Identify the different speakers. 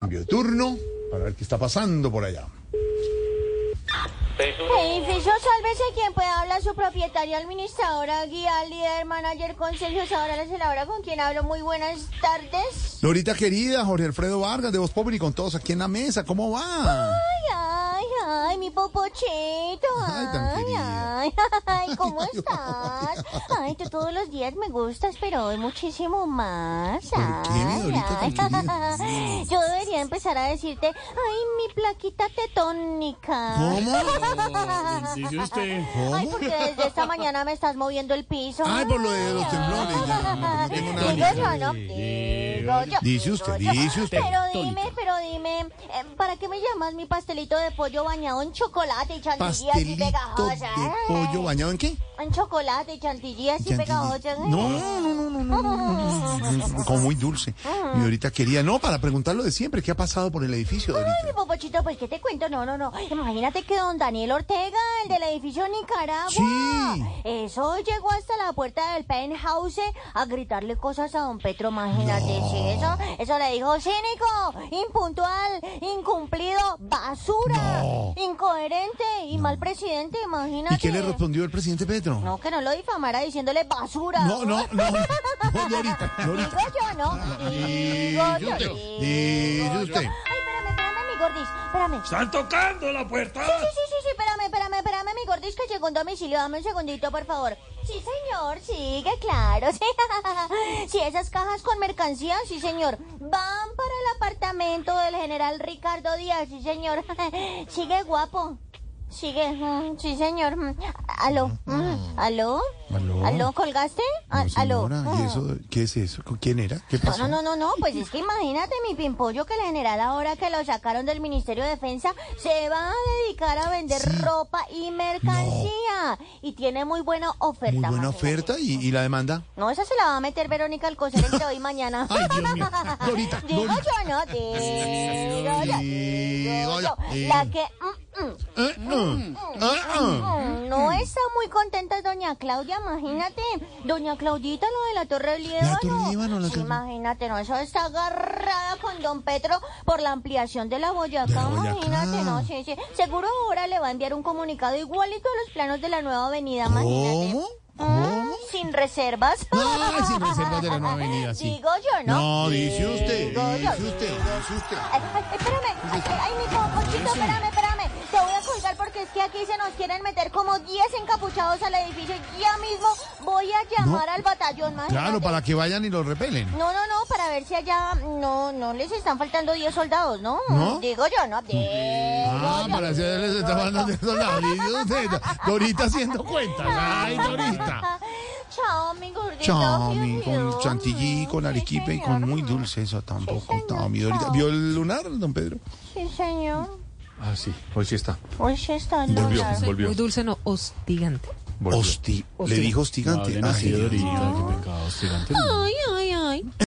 Speaker 1: Cambio de turno para ver qué está pasando por allá.
Speaker 2: Edificio, sálvese quien pueda hablar, su propietaria, administradora, guía, líder, manager, consejo, ahora la celadora, con quien hablo. Muy buenas tardes.
Speaker 1: Norita querida, Jorge Alfredo Vargas de Voz Populi con todos aquí en la mesa. ¿Cómo va?
Speaker 2: Ay, ay, ay, mi popochito.
Speaker 1: Ay, tan
Speaker 2: Ay,
Speaker 1: querida.
Speaker 2: ay, ay, ¿cómo
Speaker 1: Ay, ay,
Speaker 2: estás?
Speaker 1: ay.
Speaker 2: Ay, tú todos los días me gustas, pero hoy muchísimo más.
Speaker 1: ¿Por qué, mi
Speaker 2: Ay,
Speaker 1: Dorita,
Speaker 2: ay.
Speaker 1: tan querida?
Speaker 2: Yo debería empezar a decirte, ay, mi plaquita tetónica.
Speaker 1: ¿Cómo?
Speaker 3: Dice usted.
Speaker 2: Ay, porque desde esta mañana me estás moviendo el piso.
Speaker 1: Ay, por lo de los temblores, ya, no tengo nada
Speaker 2: Digo
Speaker 1: que
Speaker 2: yo,
Speaker 1: hacer.
Speaker 2: ¿no? Digo yo.
Speaker 1: Dice usted,
Speaker 2: Digo yo.
Speaker 1: dice usted.
Speaker 2: Pero dime, pero dime, eh, ¿para qué me llamas mi pastelito de pollo bañado en chocolate y chantilly así
Speaker 1: Pastelito
Speaker 2: pegajosa? Em,
Speaker 1: de pollo bañado en qué?
Speaker 2: En chocolate y chantilly así
Speaker 1: Chantilly.
Speaker 2: pegajosa. ¿eh?
Speaker 1: No, no, no, no, no, no, no, no, no, Como muy dulce. Mi Dorita querida, no, para preguntar lo de siempre, ¿qué ha pasado por el edificio,
Speaker 2: Ay, mi
Speaker 1: Dorita?
Speaker 2: popochito, pues, ¿qué te cuento? No, no, no. Imagínate que don Daniel Ortega, el del edificio Nicaragua,
Speaker 1: Sí.
Speaker 2: eso llegó hasta la puerta del penthouse a gritarle cosas a don Petro. Imagínate, sí, eso, eso le dijo cínico, impuntual, incumplido, basura,
Speaker 1: No.
Speaker 2: incoherente y mal presidente, imagínate.
Speaker 1: ¿Y qué le respondió el presidente Petro?
Speaker 2: No, que no lo difamara diciéndole basura.
Speaker 1: No, no, no, no, Dorita,
Speaker 2: Digo
Speaker 1: Dorita.
Speaker 2: yo, ¿no? Digo yo,
Speaker 1: Dice usted,
Speaker 2: digo
Speaker 1: dice
Speaker 2: yo. Ay,
Speaker 1: usted.
Speaker 2: espérame, espérame, mi gordis, espérame.
Speaker 3: ¡Están tocando la puerta!
Speaker 2: Sí, sí, sí, sí, espérame, espérame, espérame, mi gordis que llegó un domicilio, dame un segundito, por favor. Sí, señor, sí, que claro, sí. Sí, esas cajas con mercancía, sí, señor, van para el apartamento del general Ricardo Díaz, sí, señor. Sigue guapo. Sigue, mm, sí, señor. Mm, Aló, mm, aló,
Speaker 1: Aló.
Speaker 2: aló, ¿colgaste? A-
Speaker 1: No,
Speaker 2: Aló.
Speaker 1: señora, ¿y eso? ¿Qué es eso? ¿Con ¿Quién era? ¿Qué
Speaker 2: No,
Speaker 1: pasó?
Speaker 2: no, no, no, no, pues es que imagínate mi pimpollo que el general ahora que lo sacaron del Ministerio de Defensa se va a dedicar a vender
Speaker 1: Sí.
Speaker 2: ropa y mercancía y tiene muy buena oferta.
Speaker 1: Muy buena
Speaker 2: imagínate.
Speaker 1: oferta y, y la demanda.
Speaker 2: No, esa se la va a meter Verónica Alcocer entre hoy y mañana.
Speaker 1: Ay, Dios mío. Lorita,
Speaker 2: Digo
Speaker 1: Lorita.
Speaker 2: yo, no, digo yo. digo yo.
Speaker 1: Digo
Speaker 2: La
Speaker 1: yo.
Speaker 2: que... mm, mm,
Speaker 1: Eh, eh, eh, eh.
Speaker 2: Mm, No está muy contenta doña Claudia, imagínate. Doña Claudita, lo de la Torre del Líbano.
Speaker 1: Torre del Líbano, la
Speaker 2: Sí,
Speaker 1: que-
Speaker 2: imagínate, no, eso está agarrada con don Petro por la ampliación de la Boyacá,
Speaker 1: De la Boyacá.
Speaker 2: imagínate, no, sí, sí. Seguro ahora le va a enviar un comunicado igualito a los planos de la nueva avenida, imagínate.
Speaker 1: ¿Cómo?
Speaker 2: Mm,
Speaker 1: ¿Cómo?
Speaker 2: Sin reservas.
Speaker 1: Ay, pues, sin reservas de la nueva avenida, sí.
Speaker 2: Digo yo, ¿no?
Speaker 1: No, dice usted,
Speaker 2: Digo yo.
Speaker 1: dice usted, dice usted.
Speaker 2: Ay, ay, espérame, ay, ay, mi popochito, espérame, espérame. Te voy a colgar porque es que aquí se nos quieren meter como 10 encapuchados al edificio y ya mismo voy a llamar al batallón, más.
Speaker 1: Claro, para que vayan y lo repelen.
Speaker 2: No, no, no, para ver si allá no no les están faltando 10 soldados, ¿no?
Speaker 1: ¿No?
Speaker 2: Digo yo, no. Digo
Speaker 1: Ah,
Speaker 2: yo.
Speaker 1: para hacerles esta banda de soldados. Dice usted, Dorita haciendo cuentas. Ay, Dorita.
Speaker 2: Chao, mi gordito.
Speaker 1: Chao,
Speaker 2: fiu,
Speaker 1: mi,
Speaker 2: fiu.
Speaker 1: con chantilly, con
Speaker 2: Sí,
Speaker 1: arequipe y
Speaker 2: señor.
Speaker 1: con muy dulce. Eso tampoco.
Speaker 2: Sí, señor,
Speaker 1: No, mi Dorita.
Speaker 2: chao.
Speaker 1: ¿Vio el lunar, don Pedro?
Speaker 2: Sí, señor.
Speaker 4: Ah, sí, hoy sí está.
Speaker 2: Hoy sí está el
Speaker 4: Volvió,
Speaker 2: lunar.
Speaker 4: volvió.
Speaker 5: Muy dulce, no, hostigante.
Speaker 4: volvió.
Speaker 1: Hosti. Le dijo hostigante.
Speaker 3: Madre
Speaker 1: Ah,
Speaker 3: nacida
Speaker 1: sí.
Speaker 3: Dorita, qué pecado, hostigante.
Speaker 2: Ay,